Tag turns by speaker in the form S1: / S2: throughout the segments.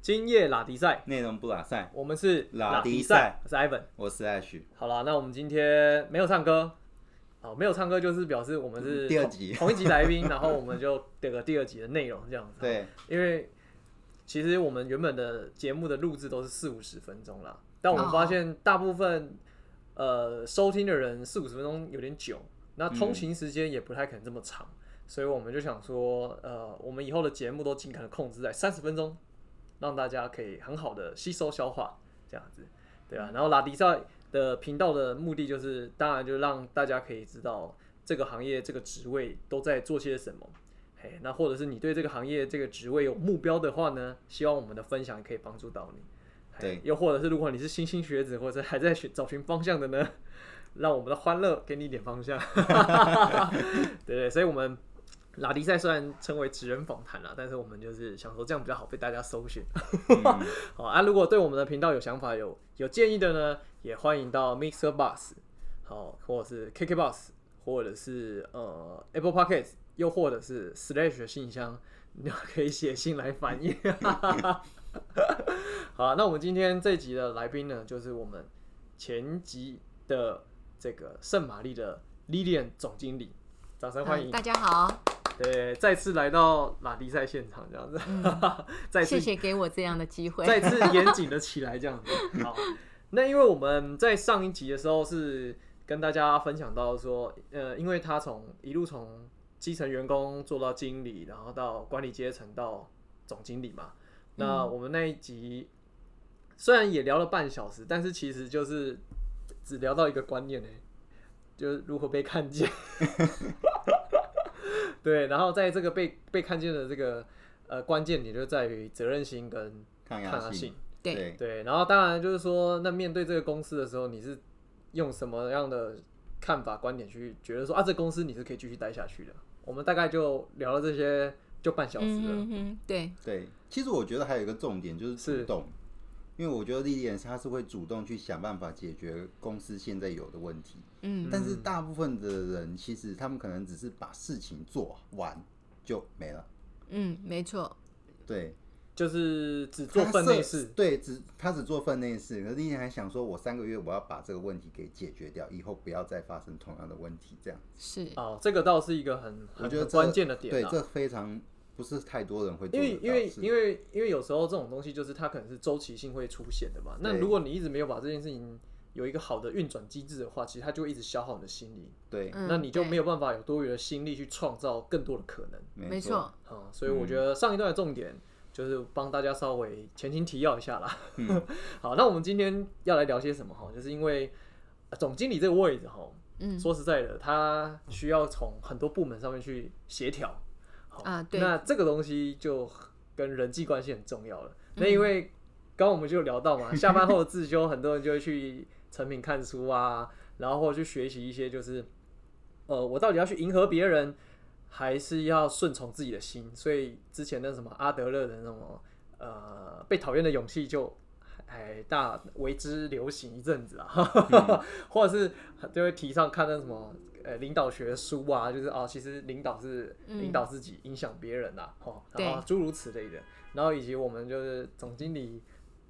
S1: 今夜拉迪赛，
S2: 内容不拉塞，
S1: 我们是
S2: 拉迪
S1: 迪
S2: 赛，
S1: 我是 Ivan。
S2: 我是 Ash，
S1: 好啦，那我们今天没有唱歌，哦，没有唱歌就是表示我们是
S2: 嗯第二
S1: 同
S2: 集
S1: 同一集来宾，然后我们就这个第二集的内容这样子。
S2: 对，
S1: 因为其实我们原本的节目的录制都是四五十分钟啦，但我们
S3: 哦
S1: 发现大部分、呃收听的人四五十分钟有点久，那通勤时间也不太可能这么长，所以我们就想说，呃，我们以后的节目都尽可能控制在三十分钟，让大家可以很好的吸收消化，这样子，对啊。然后拉迪赛的频道的目的就是，当然就让大家可以知道这个行业这个职位都在做些什么。嘿，那或者是你对这个行业这个职位有目标的话呢，希望我们的分享可以帮助到你。嘿
S2: 对
S1: 又或者是如果你是新兴学子，或者是还在寻找寻方向的呢，让我们的欢乐给你一点方向。对对，所以我们拉迪赛虽然称为职人访谈啦，但是我们就是想说这样比较好被大家搜寻。
S2: 嗯
S1: 好啊，如果对我们的频道有想法、有有建议的呢，也欢迎到 Mixer Box，好，或者是 KK Box，或者是呃 Apple Podcast，又或者是 Slash 的信箱，你都可以写信来反映。 好啊，那我们今天这集的来宾呢，就是我们前集的这个圣玛丽的 Lilian 总经理，掌声欢迎。
S3: 嗯大家好，
S1: 对，再次来到拉迪赛现场这样子， 再次
S3: 谢谢给我这样的机会。
S1: 再次严谨的起来这样子。好，那因为我们在上一集的时候是跟大家分享到说，呃，因为他从一路从基层员工做到经理，然后到管理阶层到总经理嘛。那我们那一集虽然也聊了半小时，但是其实就是只聊到一个观念呢、欸就是如何被看见。对，然后在这个被被看见的这个呃关键点就在于责任心跟
S2: 抗
S1: 抗
S2: 压
S1: 压
S2: 性
S1: 性，
S3: 对
S2: 对，
S1: 对，然后当然就是说，那面对这个公司的时候，你是用什么样的看法、观点去觉得说啊，这公司你是可以继续待下去的？我们大概就聊了这些，就半小时了。
S3: 嗯嗯嗯，对，
S2: 对，其实我觉得还有一个重点就是
S1: 是
S2: 主动，因为我觉得莉莉安她是会主动去想办法解决公司现在有的问题，
S3: 嗯
S2: 但是大部分的人其实他们可能只是把事情做完就没了，
S3: 嗯，没错，
S2: 对，
S1: 就是只做
S2: 他
S1: 分内
S2: 设
S1: 事，
S2: 对，只他只做分内事，可是莉莉安还想说，我三个月我要把这个问题给解决掉，以后不要再发生同样的问题，这样，
S3: 是，
S1: 哦，这个倒是一个很
S2: 我
S1: 很
S2: 觉得
S1: 很
S2: 这
S1: 关键的点
S2: 对，
S1: 啊。
S2: 这非常不是太多人会做
S1: 因为
S2: 得
S1: 因
S2: 到
S1: 为
S2: 是
S1: 因为因为有时候这种东西就是它可能是周期性会出现的嘛。那
S2: 对
S1: 如果你一直没有把这件事情有一个好的运转机制的话，其实它就会一直消耗你的心力，
S2: 对，
S3: 嗯
S1: 那你就
S3: 对
S1: 没有办法有多余的心力去创造更多的可能。
S3: 没错，，
S1: 啊、所以我觉得上一段的重点就是帮大家稍微前情提要一下啦。 好，那我们今天要来聊些什么哈？就是因为、呃总经理这个位置哈，
S3: 嗯
S1: 说实在的，他需要从很多部门上面去协调。好
S3: 啊对
S1: 那这个东西就跟人际关系很重要了。那
S3: 嗯
S1: 因为刚刚我们就有聊到嘛，下班后的自修，很多人就会去成品看书啊，然后或者去学习一些就是，呃，我到底要去迎合别人，还是要顺从自己的心？所以之前那什么阿德勒的那种呃被讨厌的勇气就。哎，大为之流行一阵子啊，
S3: 嗯
S1: 或者是就会提倡看那什么呃领导学书啊，就是哦，其实领导是
S3: 嗯
S1: 领导自己，影响别人啊，哦，
S3: 对
S1: 然后诸如此类的，然后以及我们就是总经理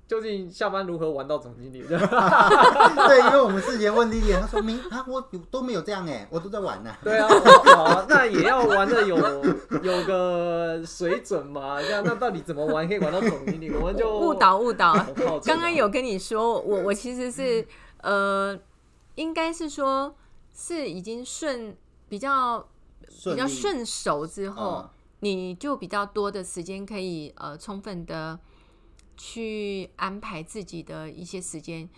S1: 究竟下班如何玩到总经理？
S2: 对，因为我们之前问莉莉安，她说明啊，我有都没有这样哎、我都在玩呢、
S1: 对啊，好啊，那也要玩的有有个水准嘛，这样那到底怎么玩可以玩到总经理？我们就
S3: 误导误导。
S1: 很好奇啊
S3: 刚刚有跟你说，我我其实是呃，应该是说是已经顺比较比较
S2: 利
S3: 顺哦手之后
S2: 嗯，
S3: 你就比较多的时间可以呃充分的去安排自己的一些时间，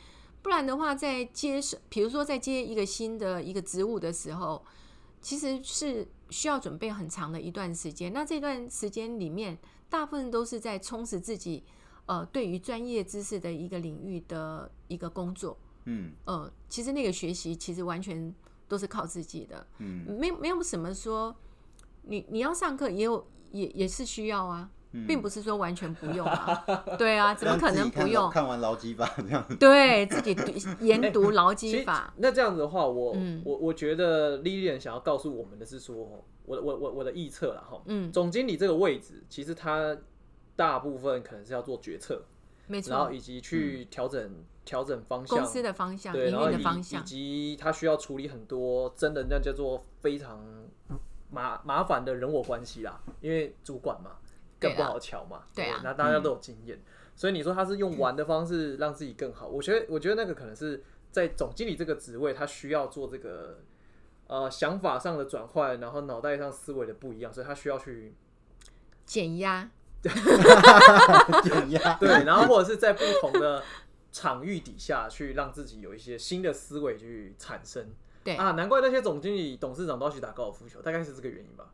S3: 不然的话，在接手，比如说在接一个新的一个职务的时候，其实是需要准备很长的一段时间。那这段时间里面，大部分都是在充实自己呃对于专业知识的一个领域的一个工作。
S2: 嗯
S3: 呃，其实那个学习其实完全都是靠自己的，
S2: 嗯
S3: 没没有什么说你你要上课也有也也是需要啊，并不是说完全不用啊， 对啊，怎么
S2: 让
S3: 可
S2: 自己
S3: 能不
S2: 看
S3: 用？
S2: 看完劳基法这样，
S3: 对自 己读研读劳
S1: 其
S3: 基
S1: 实
S3: 法，
S1: 那这样子的话，我、
S3: 嗯
S1: 我我觉得 Lilian 想要告诉我们的是说，我我我我的臆测了哈，
S3: 嗯
S1: 总经理这个位置其实他大部分可能是要做决策，
S3: 没
S1: 然后
S3: 错，嗯
S1: 以及去调整调、整方向
S3: 公，司的方向、
S1: 对，
S3: 营
S1: 然后
S3: 运的
S1: 以
S3: 方
S1: 以
S3: 向，
S1: 及他需要处理很多真的那叫做非常麻麻烦的人我关系啦，因为主管嘛
S3: 对
S1: 更
S3: 啊
S1: 不好瞧嘛，
S3: 对啊
S1: 那大家都有经验，所以你说他是用玩的方式让自己更好，我觉得我觉得那个可能是在总经理这个职位，他需要做这个呃想法上的转换，然后脑袋上思维的不一样，所以他需要去
S3: 减压，
S2: 减压，
S1: 对， 然后或者是在不同的场域底下去让自己有一些新的思维去产生。
S3: 对
S1: 啊，难怪那些总经理、董事长都要去打高尔夫球，大概是这个原因吧？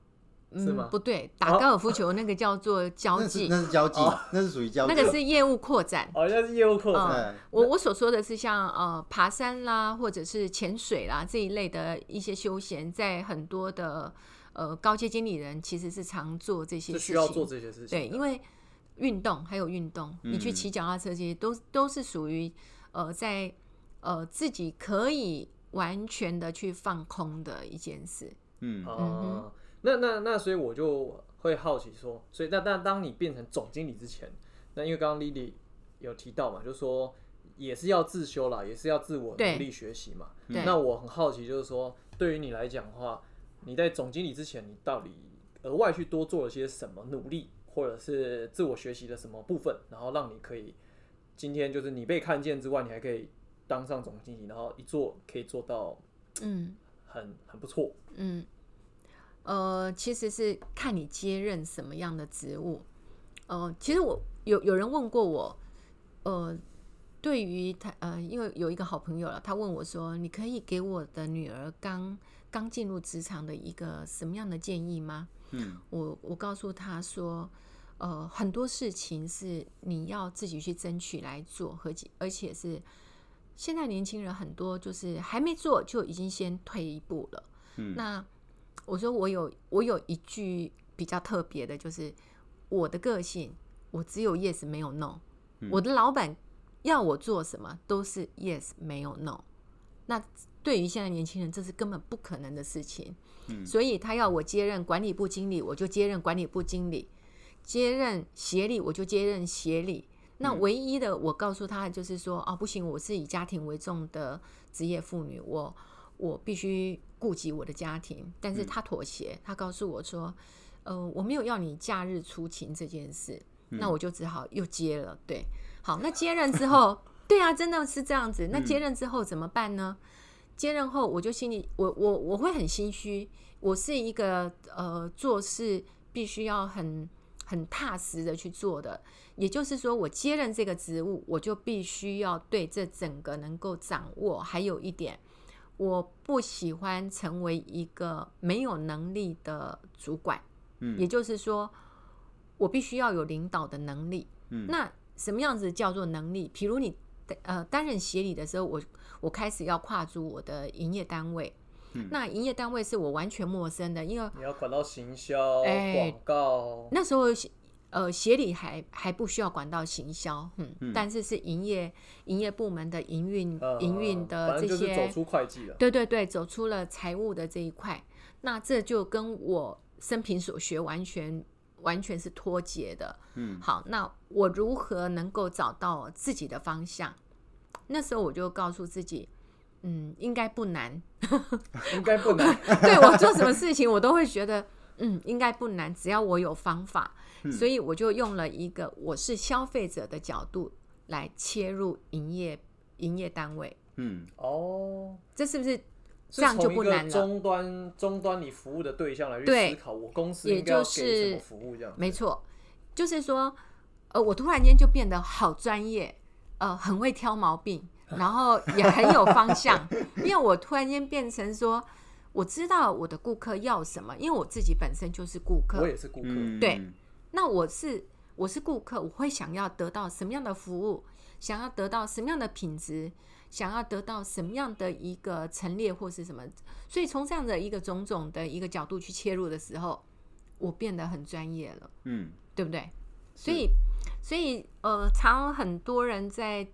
S1: 是
S3: 嗯
S1: 吗，
S3: 不对，打
S1: 哦
S3: 高尔夫球那个叫做交
S2: 那是
S3: 际，
S2: 那是交际
S1: 哦，
S2: 那是属于交际，
S3: 那个是业务扩展。
S1: 好哦像是业务扩
S3: 嗯
S1: 展，
S2: 对
S3: 我我所说的是像呃爬山啦，或者是潜水啦这一类的一些休闲，在很多的呃高阶经理人其实是常做这些
S1: 是
S3: 事
S1: 需
S3: 情。
S1: 要做这些事情的。
S3: 对，因为运动还有运动，你去
S2: 嗯
S3: 骑脚踏车这些都都是属于呃在呃自己可以完全的去放空的一件事。
S2: 嗯
S1: 啊、
S3: 嗯
S1: 那那那，所以我就会好奇说，所以那那当你变成总经理之前，那因为刚刚 Lily 有提到嘛，就是说也是要自修啦，也是要自我
S3: 对
S1: 努力学习嘛。
S3: 对
S1: 那我很好奇，就是说对于你来讲的话，你在总经理之前，你到底额外去多做了些什么努力，或者是自我学习的什么部分，然后让你可以今天就是你被看见之外，你还可以当上总经理，然后一做可以做到
S3: 嗯
S1: 很很不错。
S3: 嗯，呃，其实是看你接任什么样的职务。呃，其实我有有人问过我，呃，对于他呃，因为有一个好朋友了，他问我说：“你可以给我的女儿刚刚进入职场的一个什么样的建议吗？”
S2: 嗯
S3: 我我告诉他说，呃，很多事情是你要自己去争取来做，而且而且是现在年轻人很多就是还没做就已经先退一步了。
S2: 嗯
S3: 那我说我有我有一句比较特别的，就是我的个性，我只有 yes 没有 no，、我的老板要我做什么都是 yes 没有 no。那对于现在年轻人，这是根本不可能的事情。所以他要我接任管理部经理，我就接任管理部经理；接任协理，我就接任协理。那唯一的，我告诉他的就是说，哦，不行，我是以家庭为重的职业妇女，我我必须顾及我的家庭。但是他妥协，他告诉我说，呃，我没有要你假日出勤这件事，那我就只好又接了。对，好，那接任之后， 对啊，真的是这样子。那接任之后怎么办呢？接任后，我就心里，我我我会很心虚。我是一个呃做事必须要很很踏实的去做的，也就是说，我接任这个职务，我就必须要对这整个能够掌握。还有一点，我不喜欢成为一个没有能力的主管，
S2: 嗯
S3: 也就是说，我必须要有领导的能力。
S2: 嗯
S3: 那什么样子叫做能力？比如你呃担任协理的时候，我我开始要跨足我的营业单位。
S1: 嗯
S3: 那营业单位是我完全陌生的，因为
S1: 你要管到行销、
S3: 哎
S1: 广告，
S3: 那时候呃协理还还不需要管到行销，嗯，但是是营业营业部门的营运、
S1: 呃，
S3: 营运的
S1: 反
S3: 这
S1: 正就是
S3: 些
S1: 走出会计了。
S3: 对对对，走出了财务的这一块，那这就跟我生平所学完全完全是脱节的。嗯，好，那我如何能够找到自己的方向？那时候我就告诉自己，嗯，应该不难。
S1: 应该不难。
S3: 对我做什么事情，我都会觉得，嗯，应该不难，只要我有方法。
S1: 嗯
S3: 所以我就用了一个我是消费者的角度来切入营业营业单位，
S2: 嗯
S1: 哦，
S3: 这是不是
S1: 是
S3: 这样就
S1: 从一
S3: 不
S1: 个
S3: 难了？
S1: 终端终端你服务的对象来去
S3: 对
S1: 思考，我公司
S3: 也
S1: 应该要
S3: 就
S1: 给什
S3: 是
S1: 么服务这样。
S3: 没错，就是说，呃，我突然间就变得好专业，呃，很会挑 毛病，然后也很有方向，因为我突然间变成说，我知道我的顾客要什么，因为我自己本身就是顾
S1: 我
S3: 客，
S1: 也是顾客，
S2: 嗯，
S3: 对那我是我是顾客，我会想要得到什么样的服务，想要得到什么样的品质。想要得到什么样的一个陈列或是什么，所以从这样的一个种种的一个角度去切入的时候，我变得很专业了。
S2: 嗯
S3: 对不对？所以，所以呃，常很多人在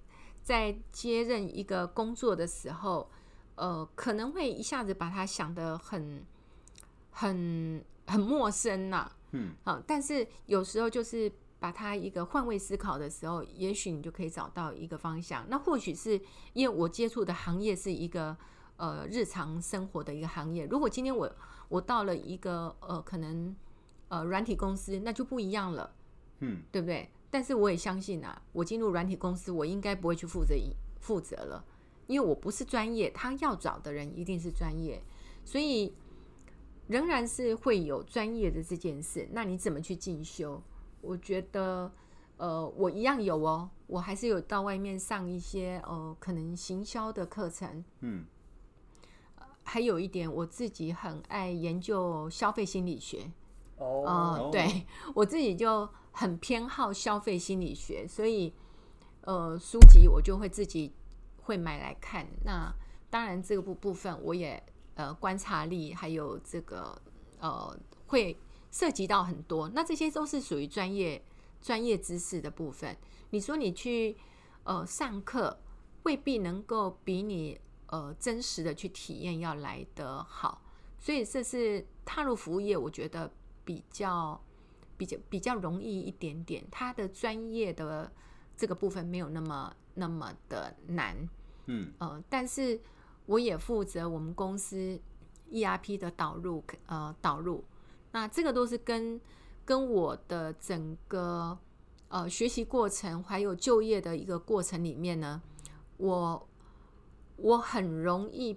S3: 在接任一个工作的时候，呃，可能会一下子把它想得很很很陌生呐、啊
S2: 嗯
S3: 好、但是有时候就是把把它一个换位思考的时候，也许你就可以找到一个方向。那或许是因为我接触的行业是一个呃日常生活的一个行业，如果今天我我到了一个呃可能呃软体公司，那就不一样了，
S2: 嗯，
S3: 对不对？但是我也相信啊，我进入软体公司，我应该不会去负责一负责了，因为我不是专业，他要找的人一定是专业，所以仍然是会有专业的这件事。那你怎么去进修？我觉得，呃，我一样有哦，我还是有到外面上一些呃，可能行销的课程。
S2: 嗯，
S3: 还有一点，我自己很爱研究消费心理学。
S1: 哦，
S3: 哦，对我自己就很偏好消费心理学，所以呃，书籍我就会自己会买来看。那当然这个部部分我也呃观察力还有这个呃会涉及到很多，那这些都是属于专业专业知识的部分。你说你去呃上课，未必能够比你呃真实的去体验要来得好。所以这是踏入服务业，我觉得比较比较比较容易一点点，它的专业的这个部分没有那么那么的难，
S2: 嗯，
S3: 呃，但是我也负责我们公司 ERP 的导入，呃，导入，那这个都是跟跟我的整个呃学习过程，还有就业的一个过程里面呢，我我很容易，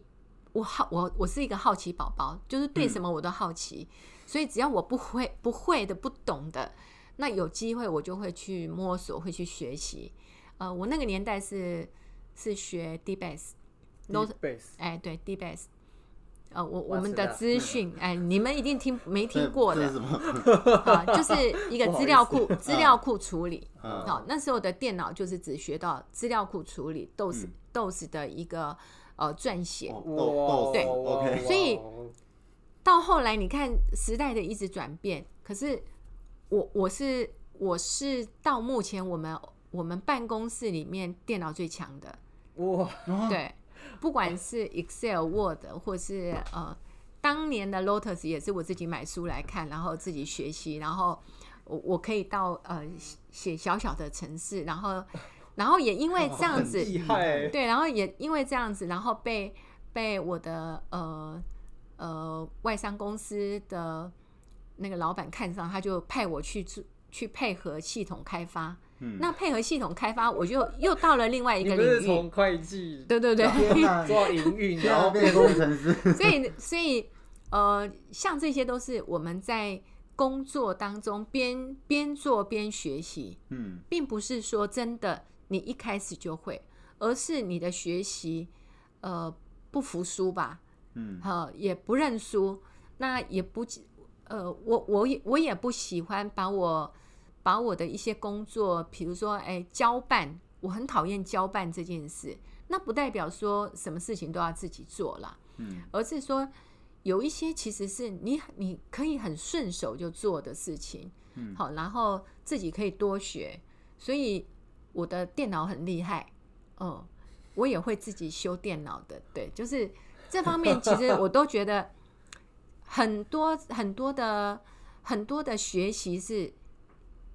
S3: 我好，我我是一个好奇宝宝，就是对什么我都好奇，所以只要我不会、不会的、不懂的，那有机会我就会去摸索，会去学习。呃，我那个年代是是学 DBase，
S1: 都 base
S3: 哎，对 DBase，呃，我我
S1: 哇
S3: 们
S1: 塞
S3: 的
S1: 那
S3: 资 讯，哎，你们一定听没听过
S2: 这
S3: 的
S2: 是，什么？
S3: 啊，就是一个
S1: 不好
S3: 资
S1: 意
S3: 料
S1: 思 嗯
S3: 库，资料库处理。
S2: 嗯
S3: 好，那时候的电脑就是只学到资料库处理，DOS、
S2: 嗯
S3: DOS 的一个呃撰写。
S2: 哦
S1: 哇，
S2: 豆豆
S3: 对
S2: 子，OK，
S3: 所以
S1: 哇
S3: 到后来，你看时代的一直转变，可是我我是我是到目前我们我们办公室里面电脑最强的，
S1: 哇，
S2: 哦
S3: 对，不管是 Excel、Word 或是呃，当年的 Lotus 也是我自己买书来看，然后自己学习，然后我我可以到呃写写小小的城市，然后然后也因为这样
S2: 很
S3: 子，
S1: 厉害欸
S3: 对，然后也因为这样子，然后被被我的呃呃外商公司的那个老板看上，他就派我去做去配合系统开发。
S2: 嗯
S3: 那配合系统开发，我就又到了另外一
S1: 你
S3: 个
S1: 不
S3: 领
S1: 是
S3: 域
S1: 从。会计
S3: 对对对，
S2: 天 哪，
S1: 做到营运，
S2: 天
S1: 然
S2: 哪
S1: 后
S2: 变工程师，
S3: 所以，所以，呃，像这些都是我们在工作当中边边做边学习，
S2: 嗯
S3: 并不是说真的你一开始就会，而是你的学习，呃，不服输吧，
S2: 嗯
S3: 呃，也不认输，那也不，呃，我我也我也不喜欢把我把我的一些工作，比如说，哎，交办，我很讨厌交办这件事。那不代表说什么事情都要自己做啦，
S2: 嗯
S3: 而是说有一些其实是你你可以很顺手就做的事情，
S2: 嗯
S3: 好，然后自己可以多学。所以我的电脑很厉害，哦、我也会自己修电脑的，对，就是这方面其实我都觉得很多很多的很多的学习是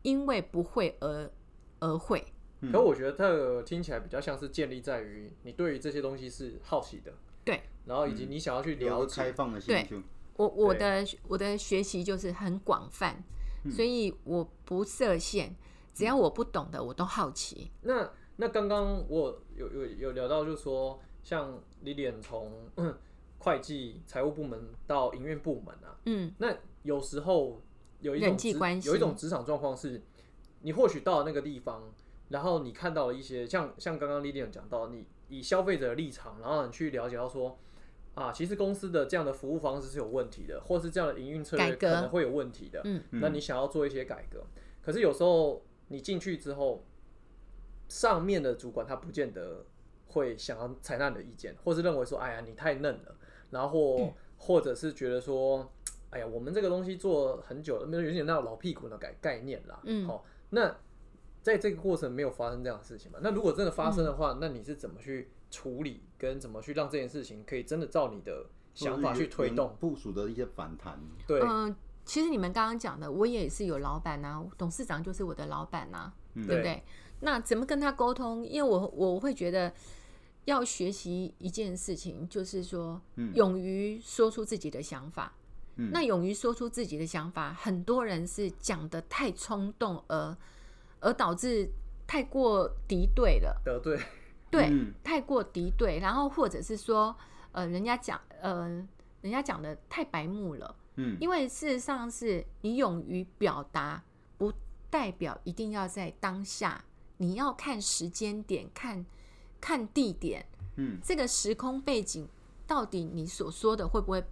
S3: 因为不会而而会，
S2: 嗯
S1: 可我觉得这个听起来比较像是建立在于你对于这些东西是好奇的，
S3: 对，
S1: 然后以及你想要去嗯了
S2: 有
S1: 解
S2: 开。放的兴趣，
S3: 我我的我的学习就是很广泛，所以我不设限，只要我不懂的我都好奇。
S1: 那那刚刚我有有有聊到，就是说像李脸从、 嗯会计财务部门到营运部门啊，
S3: 嗯，
S1: 那有时候有一种
S3: 人际
S1: 职
S3: 关系
S1: 有一种职场状况是，你或许到了那个地方，然后你看到了一些像像刚刚 Lilian 讲到，你以消费者的立场，然后你去了解到说。啊，其实公司的这样的服务方式是有问题的，或是这样的营运策略
S3: 改革
S1: 可能会有问题的。
S3: 嗯
S1: 那你想要做一些改革，可是有时候你进去之后，上面的主管他不见得会想要采纳你的意见，或是认为说，哎呀，你太嫩了，然后或、
S3: 嗯
S1: 或者是觉得说，哎呀，我们这个东西做很久了，没有有点那种老屁股的概概念啦。
S3: 嗯
S1: 好、那在这个过程没有发生这样的事情嘛？那如果真的发生的话，那你是怎么去处理，跟怎么去让这件事情可以真的照你的想法去推动？
S2: 部署的一些反弹，
S1: 对，
S3: 嗯、其实你们刚刚讲的，我也是有老板呐、董事长就是我的老板呐、对不对？那怎么跟他沟通？因为我我会觉得要学习一件事情，就是说，
S2: 嗯
S3: 勇于说出自己的想法。那勇于说出自己的想法，很多人是讲的太冲动而而导致太过敌对了。
S1: 得对，
S3: 对，
S2: 嗯
S3: 太过敌对，然后或者是说，呃，人家讲，呃，人家讲的太白目了，
S2: 嗯，
S3: 因为事实上是你勇于表达，不代表一定要在当下，你要看时间点，看看地点，
S2: 嗯，
S3: 这个时空背景到底你所说的会不会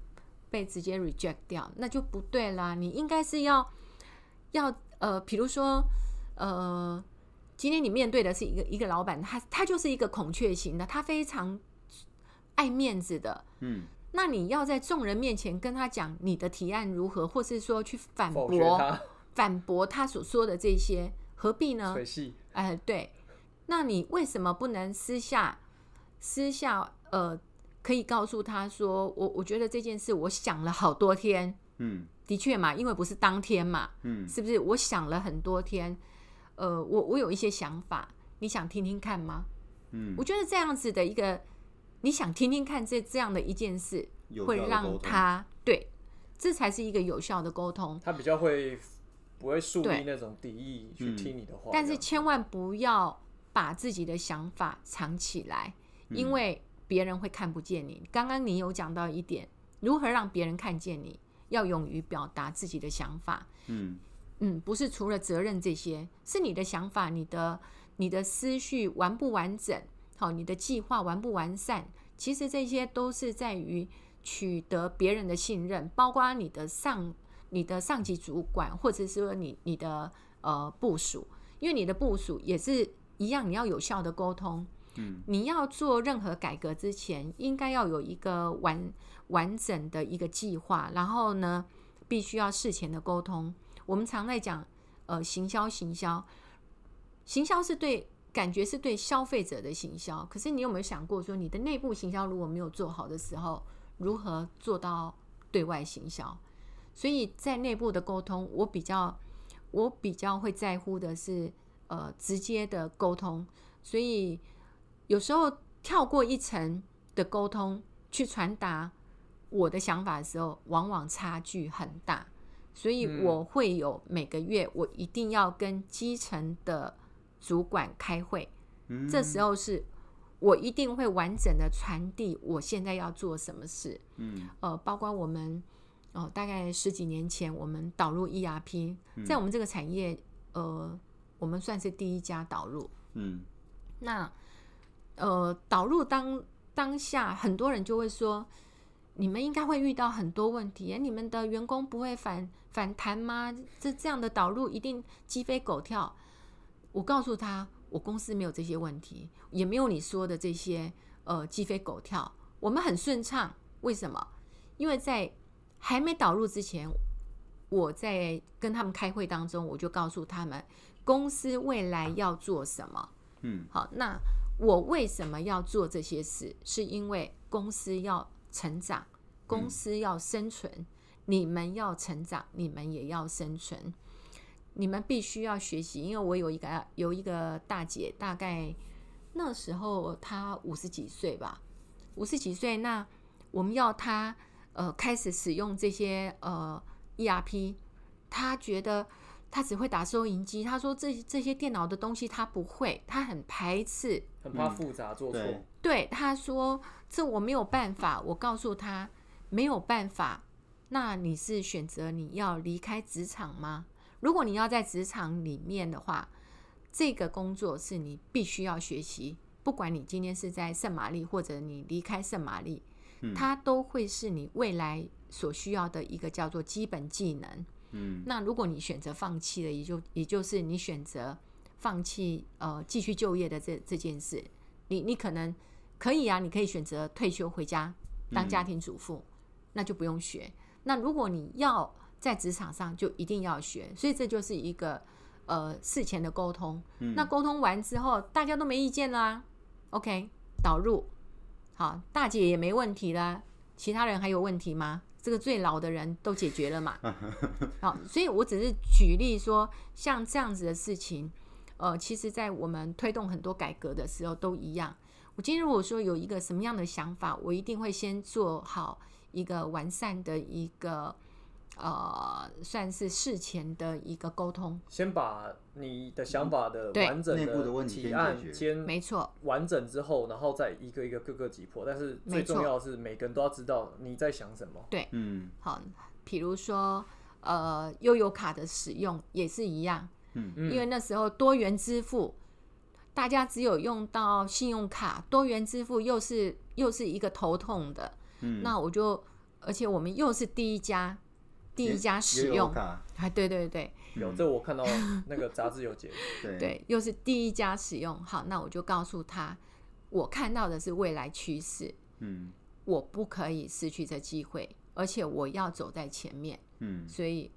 S3: 被直接 reject 掉，那就不对啦，你应该是要要呃，比如说呃。今天你面对的是一个一个老板，他他就是一个孔雀型的，他非常爱面子的。
S2: 嗯，
S3: 那你要在众人面前跟他讲你的提案如何，或是说去反
S1: 否决
S3: 驳
S1: 他，
S3: 反驳他所说的这些，何必呢
S1: 水？系
S3: 哎，对，那你为什么不能私下私下呃，可以告诉他说，我我觉得这件事我想了好多天，
S2: 嗯，
S3: 的确嘛，因为不是当天嘛，
S2: 嗯，
S3: 是不是？我想了很多天，呃，我我有一些想法，你想听听看吗？
S2: 嗯，
S3: 我觉得这样子的一个，你想听听看这这样的一件事，
S2: 有
S3: 会
S2: 效的沟
S3: 让
S2: 通
S3: 他对，这才是一个有效的沟通。
S1: 他比较会不会树
S3: 对
S1: 立那种敌意去
S2: 嗯
S1: 听你的话，
S3: 但
S1: 这
S3: 是
S1: 样
S3: 千万不要把自己的想法藏起来，
S1: 嗯
S3: 因为别人会看不见你。刚刚你有讲到一点，如何让别人看见你，要勇于表达自己的想法。
S2: 嗯
S3: 嗯，不是除了责任这些，是你的想法、你的你的思绪完不完整，好，你的计划完不完善，其实这些都是在于取得别人的信任，包括你的上你的上级主管，或者是说你你的呃部署，因为你的部署也是一样，你要有效的沟通。
S2: 嗯，
S3: 你要做任何改革之前，应该要有一个完完整的一个计划，然后呢，必须要事前的沟通。我们常在讲，呃，行销，行销，行销是对感觉是对消费者的行销，可是你有没有想过说，你的内部行销如果没有做好的时候，如何做到对外行销？所以在内部的沟通，我比较我比较会在乎的是呃直接的沟通，所以有时候跳过一层的沟通去传达我的想法的时候，往往差距很大。所以
S1: 嗯
S3: 我会有每个月，我一定要跟基层的主管开会，
S2: 嗯，
S3: 这时候是我一定会完整的传递我现在要做什么事。
S2: 嗯
S3: 呃，包括我们哦、呃大概十几年前我们导入 ERP，在我们这个产业，呃，我们算是第一家导入。
S2: 嗯
S3: 那呃，导入当当下，很多人就会说，你们应该会遇到很多问题，哎你们的员工不会反反弹吗？这这样的导入一定鸡飞狗跳。我告诉他，我公司没有这些问题，也没有你说的这些呃鸡飞狗跳，我们很顺畅。为什么？因为在还没导入之前，我在跟他们开会当中，我就告诉他们公司未来要做什么。
S2: 嗯
S3: 好，那我为什么要做这些事？是因为公司要成长，公司要生存，你们要成长，你们也要生存，你们必须要学习。因为我有一个有一个大姐，大概那时候她五十几岁吧，五十几岁，那我们要她呃开始使用这些呃 ERP，她觉得。他只会打收银机。他说这这些电脑的东西他不会，他很排斥。
S1: 很怕复杂做错，
S2: 嗯对
S3: 对，他说这我没有办法。我告诉他没有办法。那你是选择你要离开职场吗？如果你要在职场里面的话，这个工作是你必须要学习。不管你今天是在圣玛丽，或者你离开圣玛丽，
S2: 嗯
S3: 它都会是你未来所需要的一个叫做基本技能。
S2: 嗯
S3: 那如果你选择放弃了，也就也就是你选择放弃呃继续就业的这这件事，你你可能可以啊，你可以选择退休回家当家庭主妇，那就不用学。那如果你要在职场上，就一定要学，所以这就是一个呃事前的沟通。那沟通完之后，大家都没意见啦、OK，导入好，大姐也没问题啦，其他人还有问题吗？这个最老的人都解决了嘛。好，所以我只是举例说，像这样子的事情，呃，其实，在我们推动很多改革的时候都一样。我今天如果说有一个什么样的想法，我一定会先做好一个完善的一个呃，算是事前的一个沟通。
S1: 先把你的想法的
S3: 对
S1: 完整
S2: 内部的问题先
S1: 提
S2: 解
S1: 案
S2: 决
S1: 先
S3: 没错，
S1: 完整之后，然后再一个一个各个击破。但是
S3: 没
S1: 最
S3: 错
S1: 重要的是，每个人都要知道你在想什么。
S2: 嗯
S3: 好，比如说呃，悠游卡的使用也是一样。
S2: 嗯，
S3: 因为那时候多元支付，大家只有用到信用卡，多元支付又是又是一个头痛的。
S2: 嗯
S3: 那我就，而且我们又是第一家，第一家使
S2: 也有
S3: 用，
S2: 卡
S3: 哎，对对对
S1: 有这我看到那个杂志有 解
S2: 对
S3: 对，又是第一家使用。好，那我就告诉他，我看到的是未来趋势，
S2: 嗯
S3: 我不可以失去这机会，而且我要走在前面。
S2: 嗯
S3: 所以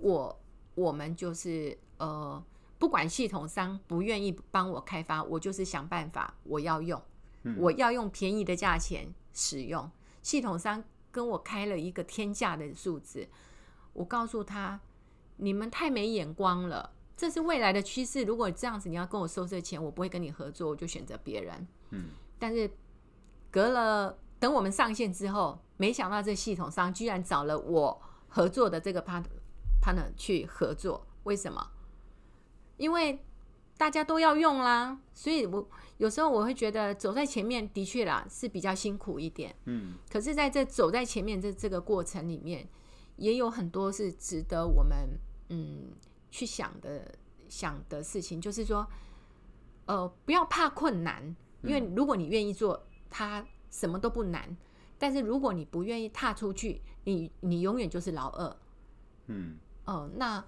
S3: 我我们就是呃，不管系统商不愿意帮我开发，我就是想办法，我要用，
S2: 嗯
S3: 我要用便宜的价钱使用。系统商跟我开了一个天价的数字，我告诉他，你们太没眼光了。这是未来的趋势。如果这样子，你要跟我收这钱，我不会跟你合作，我就选择别人。
S2: 嗯，
S3: 但是隔了等我们上线之后，没想到这系统商居然找了我合作的这个 part partner 去合作，为什么？因为大家都要用啦，所以我有时候我会觉得走在前面的确啦是比较辛苦一点，
S2: 嗯
S3: 可是在这走在前面这这个过程里面，也有很多是值得我们嗯去想的想的事情，就是说，呃，不要怕困难，因为如果你愿意做，它什么都不难。但是如果你不愿意踏出去，你你永远就是老二。
S2: 嗯
S3: 哦，那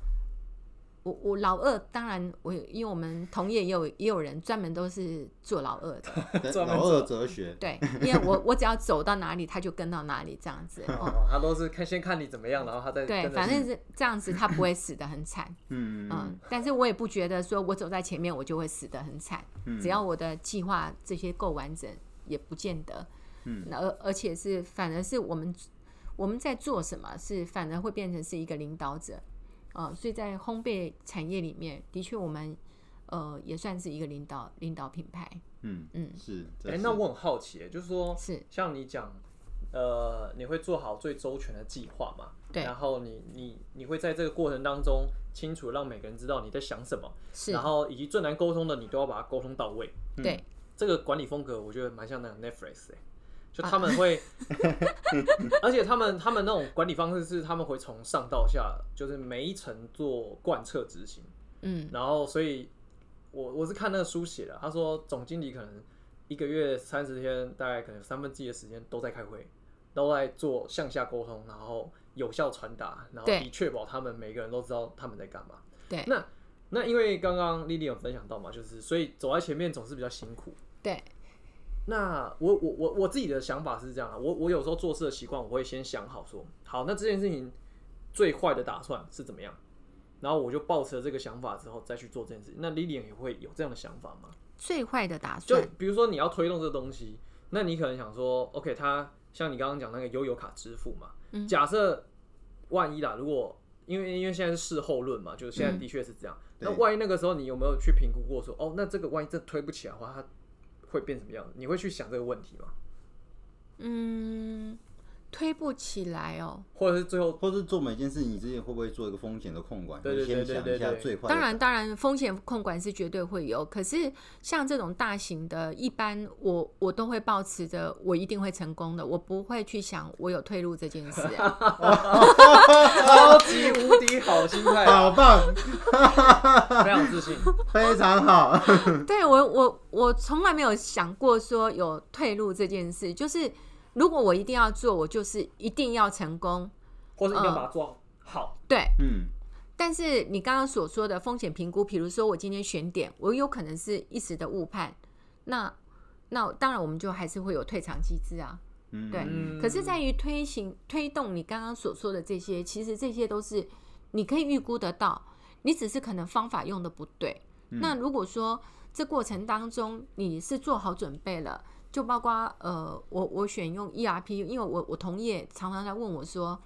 S3: 我我老二，当然我有因为我们同业也有也有人专门都是做老二的，
S2: 嗯，
S1: 专门
S2: 老二
S1: 做
S2: 哲学，
S3: 对，因为我我只要走到哪里，他就跟到哪里这样子。哦，
S1: 哦，他都是看先看你怎么样，然后他再
S3: 对，
S1: 跟着
S3: 反正
S1: 你
S3: 是这样子，他不会死得 很惨。
S2: 嗯
S3: 嗯
S2: 嗯，
S3: 但是我也不觉得说我走在前面我就会死得很惨，
S2: 嗯
S3: 只要我的计划这些够完整，也不见得。
S2: 嗯
S3: 那而而且是反而是我们我们在做什么，是反而会变成是一个领导者。呃，所以在烘焙产业里面，的确我们呃也算是一个领导领导品牌。
S2: 嗯
S3: 嗯
S2: 嗯是，这
S1: 哎、
S2: 是
S1: 那我很好奇，就是说，
S3: 是
S1: 像你讲，呃，你会做好最周全的计划嘛？
S3: 对
S1: 然后你你你会在这个过程当中清楚让每个人知道你在想什么，
S3: 是
S1: 然，后以嗯及最难沟通的你都要把它沟通到位。
S3: 对，
S1: 这个管理风格我觉得蛮像那种 Netflix 哎、就
S3: 啊
S1: 他们 会，而且他们他们那种管理方式是他们会从上到下，就是每一层做贯彻执行。
S3: 嗯，
S1: 然后所以我我是看那个书写的，他说总经理可能一个月三十天，大概可能三分之一的时间都在开会，都在做向下沟通，然后有效传达，然后
S3: 对
S1: 以确保他们每个人都知道他们在干嘛。
S3: 对
S1: 那那因为刚刚丽丽有分享到嘛，就是所以走在前面总是比较辛苦。
S3: 对，
S1: 那我我我我自己的想法是这样啊，我我有时候做事的习惯，我会先想好说，好，那这件事情最坏的打算是怎么样，然后我就抱持了这个想法之后再去做这件事情。那 Lilian 也会有这样的想法吗？
S3: 最坏的打
S1: 就
S3: 算，
S1: 比如说你要推动这个东西，那你可能想说，OK，它像你刚刚讲那个悠游卡支付嘛，
S3: 嗯
S1: 假设万一啦，如果因为因为现在是事后论嘛，就是现在的确是这样。那
S2: 对
S1: 万一那个时候你有没有去评估过说，哦，那这个万一真的推不起来的话，它会变什么样子？你会去想这个问题吗？
S3: 嗯，推不起来哦。
S1: 或者是最 后
S2: 或是做每件事，你自己会不会做一个风险的控管？
S1: 对对
S2: 你
S1: 对
S2: 先
S1: 对
S2: 想
S1: 对
S2: 一下
S1: 对
S2: 最坏的。
S3: 当然，当然，风险控管是绝对会有。可是像这种大型的，一般我我都会保持着我一定会成功的，我不会去想我有退路这件事、哎
S1: 超级无敌好心态
S2: 好
S1: 啊，
S2: 棒，
S1: 非常自信。
S2: 非常好。
S3: 对我，我我从来没有想过说有退路这件事。就是如果我一定要做，我就是一定要成功。
S1: 或者你要把它做好，
S3: 对，
S2: 嗯
S3: 但是你刚刚所说的风险评估，比如说我今天选点，我有可能是一时的误判，那那当然我们就还是会有退场机制啊。
S2: 嗯，
S3: 对
S1: 嗯
S3: 可是，在于推行、推动你刚刚所说的这些，其实这些都是你可以预估得到，你只是可能方法用的不对。那如果说这过程当中你是做好准备了，就包括呃，我我选用 ERP，因为我我同业常常在问我说，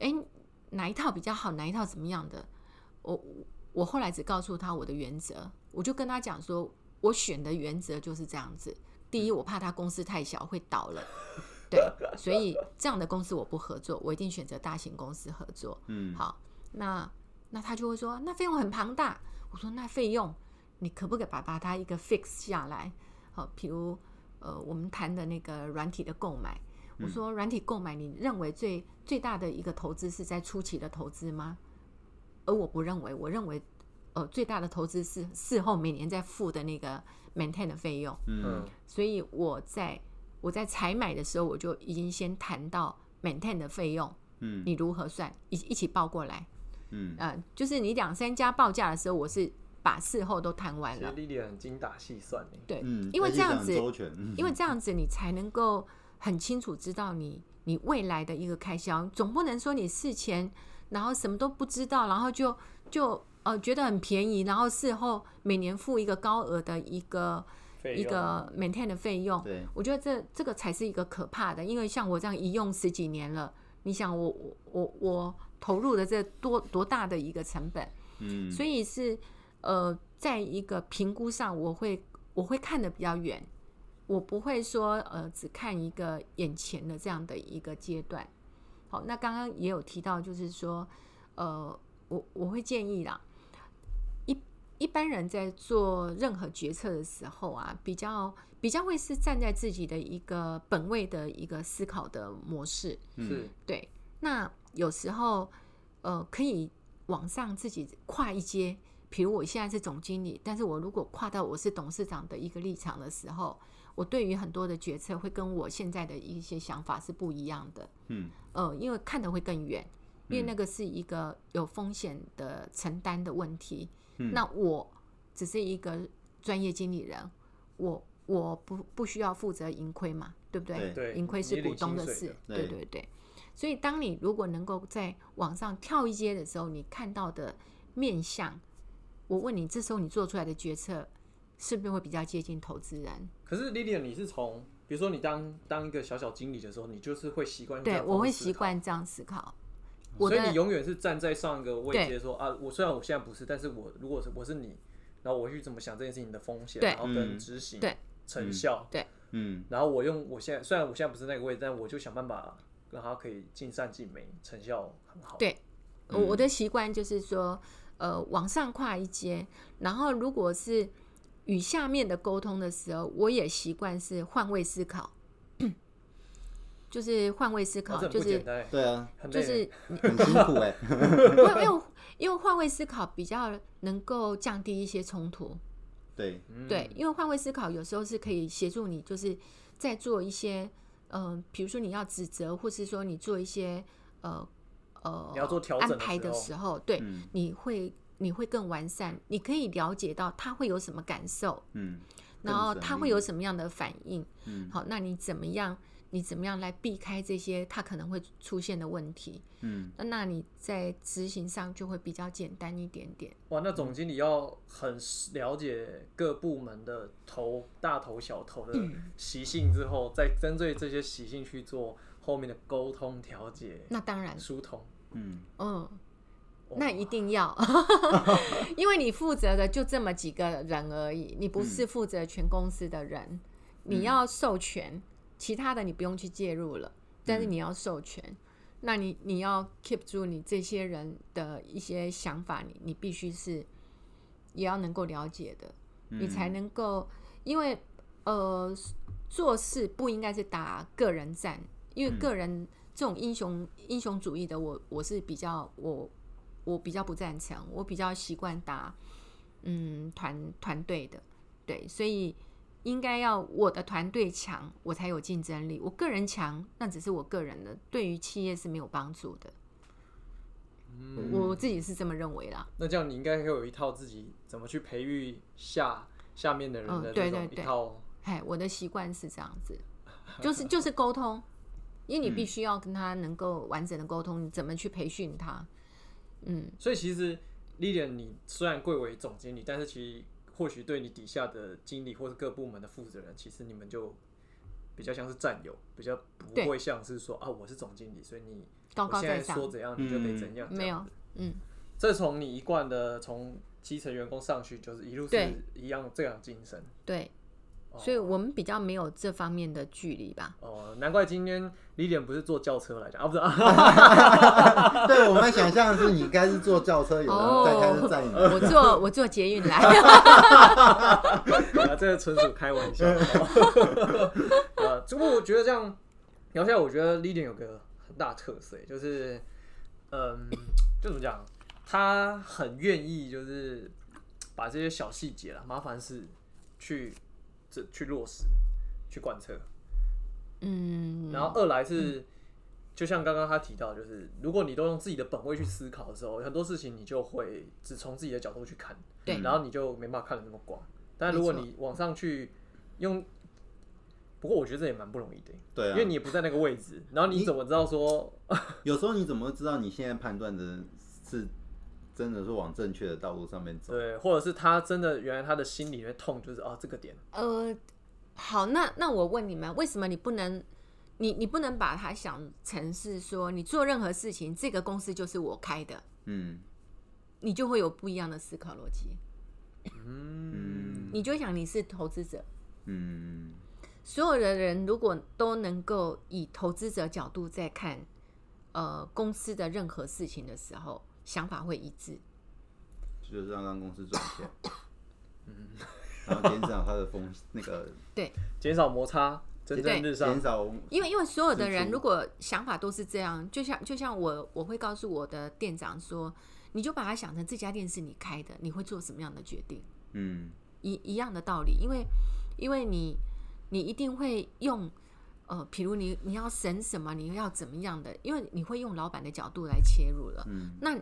S3: 哎，哪一套比较好，哪一套怎么样的？我我后来只告诉他我的原则，我就跟他讲说，我选的原则就是这样子。第一，我怕他公司太小会倒了， 对，所以这样的公司我不合作，我一定选择大型公司合作。
S2: 嗯，
S3: 好，那那他就会说，那费用很庞大。我说，那费用你可不可以把把它一个 fix 下来？好，比如呃，我们谈的那个软体的购买，我说软体购买，你认为最最大的一个投资是在初期的投资吗？而我不认为，我认为呃最大的投资是事后每年在付的那个 maintain 的费用。
S1: 嗯
S2: 嗯，
S3: 所以我在我在采买的时候，我就已经先谈到 maintain 的费用，
S2: 嗯
S3: 你如何算，一一起报过来。
S2: 嗯，
S3: 呃，就是你两三家报价的时候，我是把事后都谈完
S1: 其实
S3: 了，
S1: 莉莉很精打细算欸的，
S3: 对，
S2: 嗯，
S3: 因为
S2: 而且
S3: 这样
S2: 很
S3: 子，
S2: 周全，嗯
S3: 因为这样子你才能够很清楚知道你你未来的一个开销，总不能说你事前然后什么都不知道，然后就就呃觉得很便宜，然后事后每年付一个高额的一个
S1: 费
S3: 一
S1: 用
S3: 个 maintain 的费 用，
S2: 对，
S3: 我觉得这这个才是一个可怕的，因为像我这样一用十几年了，你想我我我我投入的这多多大的一个成本，
S2: 嗯，
S3: 所以是呃，在一个评估上，我会我会看得比较远，我不会说呃只看一个眼前的这样的一个阶段。好，那刚刚也有提到，就是说呃，我我会建议啦，一一般人在做任何决策的时候啊，比较比较会是站在自己的一个本位的一个思考的模式。
S2: 嗯
S1: 是
S3: 对，那有时候呃可以往上自己跨一阶，比如我现在是总经理，但是我如果跨到我是董事长的一个立场的时候，我对于很多的决策会跟我现在的一些想法是不一样的。
S2: 嗯，
S3: 呃，因为看的会更远，因为那个是一个有风险的承担的问题。
S2: 嗯
S3: 那我只是一个专业经理人，我我不不需要负责盈亏嘛，对不
S2: 对
S1: 对，
S3: 盈亏是
S1: 你
S3: 股
S1: 领
S3: 东
S1: 薪
S3: 的
S1: 水
S3: 事，
S2: 的
S3: 对
S2: 对
S3: 对对。所以，当你如果能够在网上跳一阶的时候，你看到的面相，我问你，这时候你做出来的决策是不是会比较接近投资人？
S1: 可是 Lilian，你是从比如说你当当一个小小经理的时候，你就是会习惯用这
S3: 对
S1: 样的
S3: 我
S1: 方
S3: 会
S1: 式
S3: 习
S1: 考，
S3: 惯这样思考。我
S1: 所以
S3: 的
S1: 你永远是站在上一个位
S3: 对
S1: 阶说啊，我虽然我现在不是，但是我如果是我是你，然后我去怎么想这件事情的风险，
S3: 对
S1: 然后
S2: 嗯
S1: 跟执行、
S3: 对
S1: 成效，
S2: 嗯
S1: 然后我用我现在虽然我现在不是那个位置，但我就想办法让它可以尽善尽美，成效很好。
S3: 对，我
S1: 嗯
S3: 我的习惯就是说，呃，往上跨一阶，然后如果是与下面的沟通的时候，我也习惯是换位思考， 就是换位思
S1: 哇这
S3: 考，
S1: 很
S3: 就
S1: 不
S3: 是
S1: 简单欸，
S2: 对啊，
S1: 很累
S3: 就
S1: 欸
S3: 是
S2: 很辛苦哎，
S3: 因为因为因为换位思考比较能够降低一些冲突，
S2: 对，
S1: 嗯
S3: 对，因为换位思考有时候是可以协助你，就是在做一些，嗯、比如说你要指责，或是说你做一些，呃呃，
S1: 你要做调整
S3: 安
S1: 的
S3: 排的
S1: 时
S3: 时候，对，
S2: 嗯
S3: 你会你会更完善，你可以了解到他会有什么感受，
S2: 嗯，
S3: 然后
S2: 更省
S3: 他
S2: 力
S3: 会有什么样的反应，
S2: 嗯
S3: 好，那你怎么样？你怎么样来避开这些他可能会出现的问题？
S2: 嗯
S3: 那那你在执行上就会比较简单一点点。
S1: 哇，那总经理要很了解各部门的头、大头、小头的
S3: 嗯
S1: 习性之后，再针对这些习性去做后面的沟通调解、
S3: 那当然，
S1: 疏通。
S2: 嗯
S3: 嗯，
S1: 哇
S3: 那一定要，因为你负责的就这么几个人而已，你不是负责全公司的人，你要授权，其他的你不用去介入了，但是你要授权。那你你要 keep 住你这些人的一些想法，你你必须是也要能够了解的，
S2: 嗯
S3: 你才能够，因为呃，做事不应该是打个人战，因为个人、这种英雄英雄主义的我，我是比较我我比较不赞成，我比较习惯打嗯团团队的，对，所以应该要我的团队强，我才有竞争力。我个人强，那只是我个人的，对于企业是没有帮助的。我自己是这么认为啦。
S1: 嗯那这样你应该会有一套自己怎么去培育下下面的人
S3: 嗯
S1: 的
S3: 对
S1: 这种
S3: 对
S1: 一
S3: 对
S1: 套。
S3: 哎，我的习惯是这样子，就是就是沟通，因为你必
S1: 嗯
S3: 须要跟他能够完整的沟通，你怎么去培训他？嗯，
S1: 所以其实 Lilian，你虽然贵为总经理，但是其实或许对你底下的经理或是各部门的负责人，其实你们就比较像是战友，比较不
S3: 对
S1: 会像是说啊我是总经理，所以你
S3: 高高
S1: 我现
S3: 在
S1: 在
S3: 上，
S1: 说怎样你就得怎样，
S3: 没
S1: 这样
S3: 有
S1: 子，
S3: 嗯，
S1: 这从你一贯的从基层员工上去，就是一路是
S3: 对
S1: 一样这样的精神。
S3: 对，
S1: 哦
S3: 所以我们比较没有这方面的距离吧。
S1: 哦，难怪今天李典不是坐轿车来讲啊，不是啊，
S2: 啊对，我们想象的是你应该是坐轿车，有
S3: 哦
S2: 人在开始载你。
S3: 我坐我坐捷运来，
S1: 啊，这个纯属开玩笑。 呃，不过我觉得这样聊下来，我觉得 Lilian 有个很大特色，就是嗯，就怎么讲，他很愿意就是把这些小细节啦、麻烦事去这去落实、去贯彻。
S3: 嗯，
S1: 然后二来是，就像刚刚他提到，就是如果你都用自己的本位去思考的时候，很多事情你就会只从自己的角度去看，
S3: 对
S1: 然后你就没办法看得那么广。但如果
S3: 没错
S1: 你往上去用，不过我觉得这也蛮不容易的，
S2: 对
S1: 因
S2: 啊
S1: 为，你也不在那个位置，然后你怎么知道说，呃
S2: 有时候你怎么会知道你现在判断的是真的是往正确的道路上面走？
S1: 对，或者是他真的原来他的心里面痛就是啊这个点，
S3: 呃，好，那那我问你们，为什么你不能，你你不能把它想成是说，你做任何事情，这个公司就是我开的，
S2: 嗯
S3: 你就会有不一样的思考逻辑，
S1: 嗯，
S3: 你就想你是投资者。
S2: 嗯，
S3: 所有的人如果都能够以投资者角度在看，呃，公司的任何事情的时候，想法会一致。
S2: 就是让让公司赚钱，然后减少它的风那个
S1: 减少摩擦，蒸蒸日上
S2: 减，少
S3: 因为因为所有的人
S2: 是
S3: 如果想法都是这样，就像就像我我会告诉我的店长说，你就把它想成这家店是你开的，你会做什么样的决定，
S2: 嗯
S3: 一一样的道理，因为因为你你一定会用。呃，比如你你要省什么，你要怎么样的，因为你会用老板的角度来切入了。
S2: 嗯
S3: 那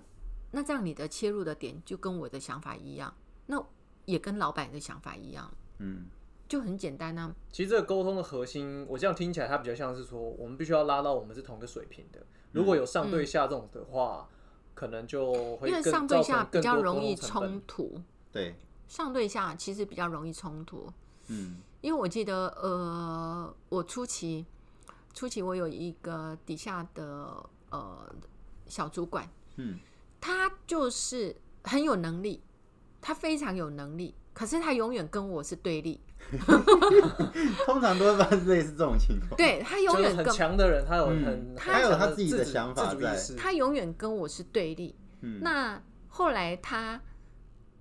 S3: 那这样你的切入的点就跟我的想法一样，那也跟老板的想法一样，
S2: 嗯
S3: 就很简单啊。
S1: 其实这个沟通的核心，我这样听起来，它比较像是说，我们必须要拉到我们是同一个水平的。如
S2: 嗯
S1: 果有上对下这种的话，可能就会
S3: 嗯因为
S1: 更
S3: 上对
S1: 造
S3: 下
S1: 成
S3: 比
S1: 更
S3: 较
S1: 多
S3: 容易
S1: 沟通成本
S3: 冲突，
S2: 对
S3: 上对下其实比较容易冲突。
S2: 嗯
S3: 因为我记得，呃，我初期初期我有一个底下的呃小主管，
S2: 嗯
S3: 他就是很有能力，他非常有能力，可是他永远跟我是对立，
S2: 通常都会发生类似这种情况。
S3: 对他永
S1: 就是
S3: 远
S1: 很
S3: 跟
S1: 强的人，他有很、
S2: 嗯
S1: 很
S2: 他有
S1: 强
S2: 他
S1: 的
S2: 自己的
S1: 主
S2: 想法
S1: 自主
S2: 在
S1: 意识。
S3: 他永远跟我是对立，
S2: 嗯
S3: 那后来他，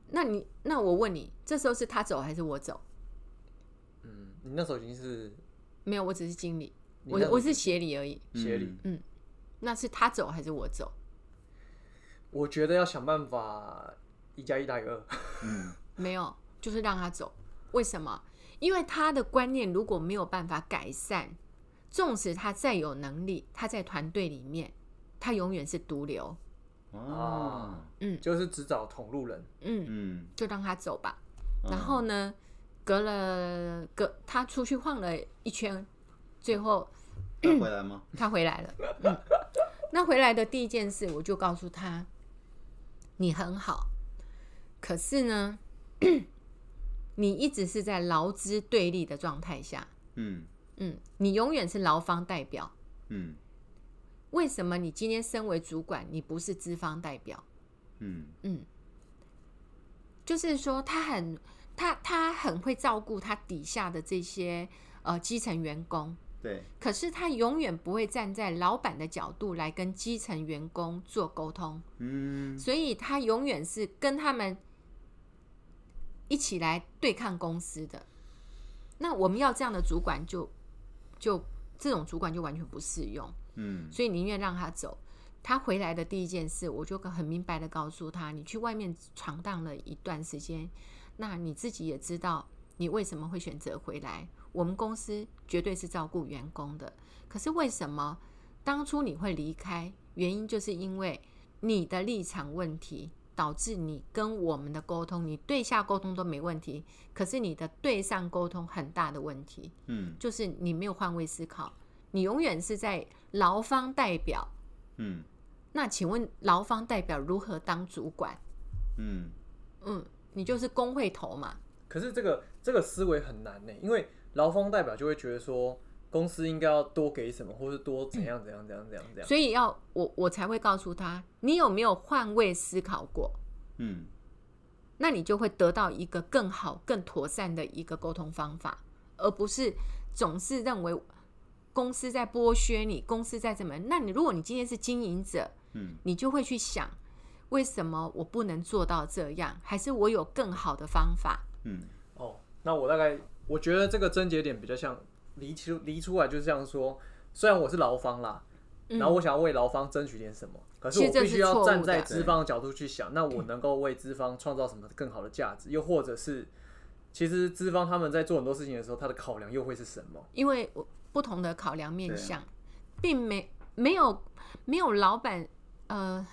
S3: 那你那我问你，这时候是他走还是我走？
S1: 嗯，你那时候已经是
S3: 没有，我只是经理，
S1: 你
S3: 我
S1: 那时候
S3: 我是协理而已。
S1: 协理，
S3: 那是他走还是我走？
S1: 我觉得要想办法一加一大于二。
S2: 嗯
S3: 没有，就是让他走。为什么？因为他的观念如果没有办法改善，纵使他再有能力，他在团队里面，他永远是毒瘤。
S2: 啊
S3: 嗯
S1: 就是只找同路人，
S3: 嗯，
S2: 嗯，
S3: 就让他走吧。然后呢，隔了隔他出去晃了一圈，最后
S2: 要回来吗？
S3: 他回来了。嗯，那回来的第一件事，我就告诉他，你很好，可是呢，你一直是在劳资对立的状态下，
S2: 嗯
S3: 嗯，你永远是劳方代表。
S2: 嗯
S3: 为什么你今天身为主管，你不是资方代表？
S2: 嗯
S3: 就是说，他很他他很会照顾他底下的这些呃基层员工，
S2: 对
S3: 可是他永远不会站在老板的角度来跟基层员工做沟通。
S2: 嗯
S3: 所以他永远是跟他们一起来对抗公司的。那我们要这样的主管就就这种主管就完全不适用，
S2: 嗯
S3: 所以宁愿让他走。他回来的第一件事，我就很明白的告诉他：你去外面闯荡了一段时间，那你自己也知道你为什么会选择回来。我们公司绝对是照顾员工的，可是为什么当初你会离开？原因就是因为你的立场问题，导致你跟我们的沟通，你对下沟通都没问题，可是你的对上沟通很大的问题，
S2: 嗯
S3: 就是你没有换位思考，你永远是在劳方代表。
S2: 嗯
S3: 那请问劳方代表如何当主管？
S2: 嗯
S3: 嗯，你就是工会头嘛。
S1: 可是这个这个思维很难呢，因为劳方代表就会觉得说，公司应该要多给什么，或是多怎样怎样怎样怎样怎样。
S3: 所以要我我才会告诉他，你有没有换位思考过？
S2: 嗯，
S3: 那你就会得到一个更好、更妥善的一个沟通方法，而不是总是认为公司在剥削你，公司在怎么样？那你如果你今天是经营者，
S2: 嗯，
S3: 你就会去想，为什么我不能做到这样？还是我有更好的方法？
S2: 嗯，
S1: 哦，那我大概我觉得这个症结点比较像离出离出来，就是这样说。虽然我是劳方啦，
S3: 嗯
S1: 然后我想要为劳方争取点什么，可是
S3: 其
S1: 我
S3: 实这
S1: 必
S3: 是
S1: 须要
S3: 错误
S1: 站在
S3: 的
S1: 资方的角度去想，那我能够为资方创造什么更好的价值？又或者是，其实资方他们在做很多事情的时候，他的考量又会是什么？
S3: 因为我不同的考量面
S2: 对啊
S3: 向，并没没有没有老板呃，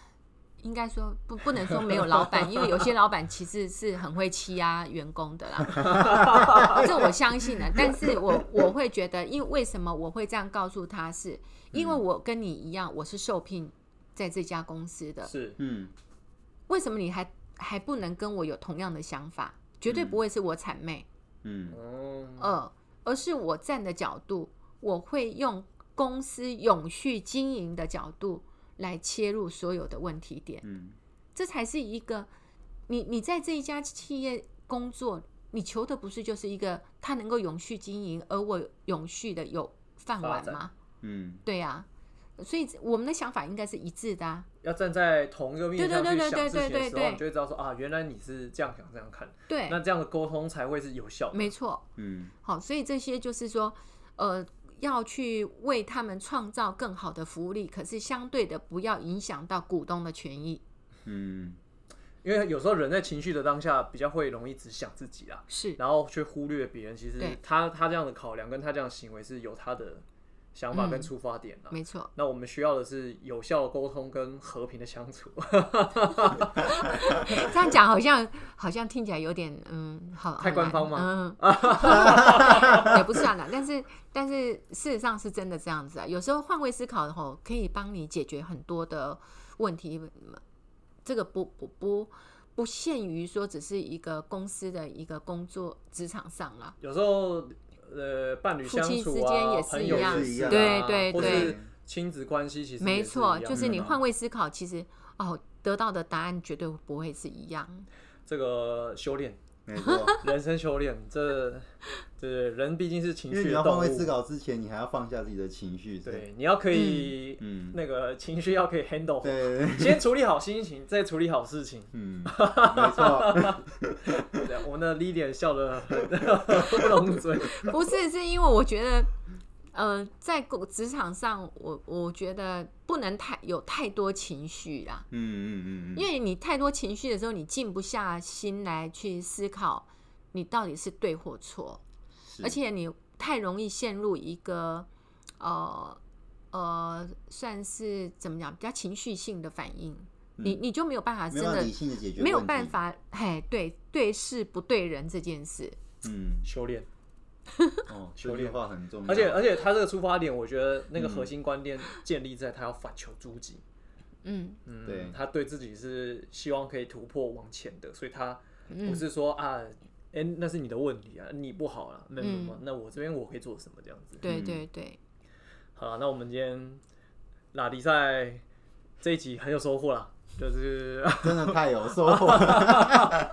S3: 应该说不不能说没有老板，因为有些老板其实是很会欺压员工的啦， 这我相信的。但是我我会觉得，因为为什么我会这样告诉他是，因
S2: 嗯
S3: 为我跟你一样，我是受聘在这家公司的，
S1: 是
S2: 嗯，
S3: 为什么你还还不能跟我有同样的想法？绝对不会是我谄媚。
S2: 嗯，
S1: 嗯，
S3: 呃，而是我站的角度，我会用公司永续经营的角度来切入所有的问题点，
S2: 嗯，
S3: 这才是一个你你在这一家企业工作，你求的不是就是一个它能够永续经营，而我永续的有饭
S1: 发
S3: 碗
S1: 展
S3: 吗？
S2: 嗯，
S3: 对呀、所以我们的想法应该是一致的啊，
S1: 要站在同一个面向
S3: 对
S1: 去
S3: 对对
S1: 想事
S3: 对对
S1: 情的时
S3: 对对
S1: 候，你就会知道说啊，原来你是这样想这样看，
S3: 对，
S1: 那这样的沟通才会是有效的。
S3: 没错。
S2: 嗯，
S3: 好，所以这些就是说，呃，要去为他们创造更好的福利，可是相对的不要影响到股东的权益。
S2: 嗯，
S1: 因为有时候人在情绪的当下，比较会容易只想自己啦，
S3: 是，
S1: 然后却忽略别人。其实
S3: 对
S1: 他他这样的考量跟他这样的行为是有他的想法跟
S3: 嗯
S1: 出发点啦。
S3: 没错。
S1: 那我们需要的是有效的沟通跟和平的相处。
S3: 这样讲好像好像听起来有点嗯，好
S1: 太官方
S3: 吗？ 嗯，也不算啦，但是但是事实上是真的这样子啊。有时候换位思考吼，可以帮你解决很多的问题。这个不不不不限于说只是一个公司的一个工作职场上啦。
S1: 有时候呃，伴侣相
S3: 夫
S1: 处
S3: 妻之间
S1: 啊，
S3: 也是
S1: 朋友
S2: 一样
S1: 也啊
S3: 对对
S1: 或
S3: 对
S1: 是亲子关系其实
S3: 没
S1: 也是
S3: 错，
S1: 一样
S3: 就是你
S1: 的
S3: 换位思考，其实哦，得到的答案绝对不会是一样。
S1: 这个修 炼，
S2: 没错。
S1: 人生修炼，这这人毕竟是情
S2: 因为
S1: 绪
S2: 你
S1: 的
S2: 要换
S1: 动
S2: 位思
S1: 物，
S2: 考之前，你还要放下自己的情绪。是
S1: 对，你要可以
S2: 嗯，
S1: 那个情绪要可以 handle
S2: 对，对对
S1: 先处理好心情，再处理好事情。
S2: 嗯，没错，嗯
S1: 对我们的 l i l 笑得很 不拢嘴。
S3: 不是，是因为我觉得，呃，在工职场上，我我觉得不能太有太多情绪啦，
S2: 嗯嗯嗯
S3: 因
S2: 嗯，
S3: 为你太多情绪的时候，你静不下心来去思考你到底是对或错，
S2: 嗯是
S3: 而且你太容易陷入一个呃呃，算是怎么讲，比较情绪性的反应，
S1: 嗯
S3: 你你就没有办
S1: 啊
S3: 法
S2: 没
S3: 真
S2: 办法
S3: 的
S2: 理性的解决，
S3: 没有办，法，嘿，对对事不对人这件事，
S2: 嗯，
S1: 修炼，
S2: 哦，这句话很重要，
S1: 而且而且他这个出发点，我觉得那个核心观念建立在他要反求诸己。
S3: 嗯
S1: 嗯，
S2: 对
S1: 他对自己是希望可以突破往前的，所以他不
S3: 嗯，
S1: 是说啊，哎，那是你的问题啊，你不好啊，那
S3: 嗯
S1: 么那我这边我可以做什么这样子。
S3: 对
S2: 嗯
S3: 对对，
S1: 好了，那我们今天拉迪赛这一集很有收获啦，就是
S2: 真的太有收获了，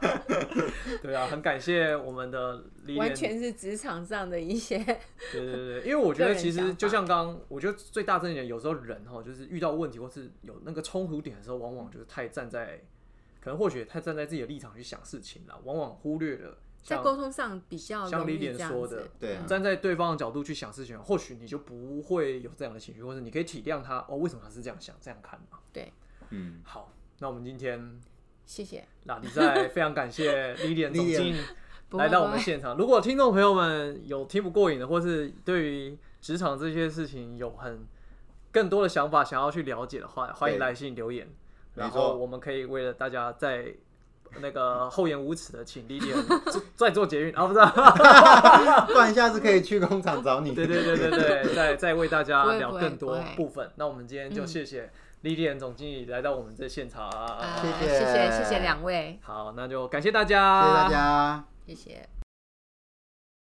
S1: 对啊，很感谢我们的 l i
S3: 完全是职场上的一些，
S1: 对对对，对因为我觉得其实
S3: 个人想法
S1: 就像刚刚，我觉得最大争议点，有时候人哈，就是遇到问题或是有那个冲突点的时候，往往就是太站在，可能或许也太站在自己的立场去想事情了，往往忽略了
S3: 在
S1: 像
S3: 沟通上比较
S1: 像
S3: 容易
S1: Lilian
S3: 这样
S1: 说
S3: 子
S1: 的，
S2: 对啊
S1: 站在对方的角度去想事情，或许你就不会有这样的情绪，或者你可以体谅他哦，为什么他是这样想、这样看嘛。
S3: 对，
S2: 嗯，
S1: 好，那我们今天
S3: 谢谢，
S1: 拉比赛非常感谢 Lilian 总
S2: Lilian
S1: 经理。
S3: 不
S1: 来到我
S3: 会
S1: 们现场。如果听众朋友们有听不过瘾的，或是对于职场这些事情有很更多的想法，想要去了解的话，欢迎来信留言。
S2: 没
S1: 然
S2: 错
S1: 后我们可以为了大家在那个厚颜无耻的请莉莉安再再做捷运啊，不是啊、
S2: 不然下次可以去工厂找你，
S1: 对对对对对，再 再为大家
S3: 不会
S1: 聊
S3: 不会
S1: 更
S3: 不
S1: 多
S3: 会
S1: 部分。那我们今天就谢谢莉莉安总经理来到我们这现场。
S3: 啊
S2: 谢
S3: 谢谢谢谢
S2: 谢
S3: 两位，
S1: 好，那就感谢大
S2: 谢
S1: 家，
S2: 谢大家。
S3: 谢谢。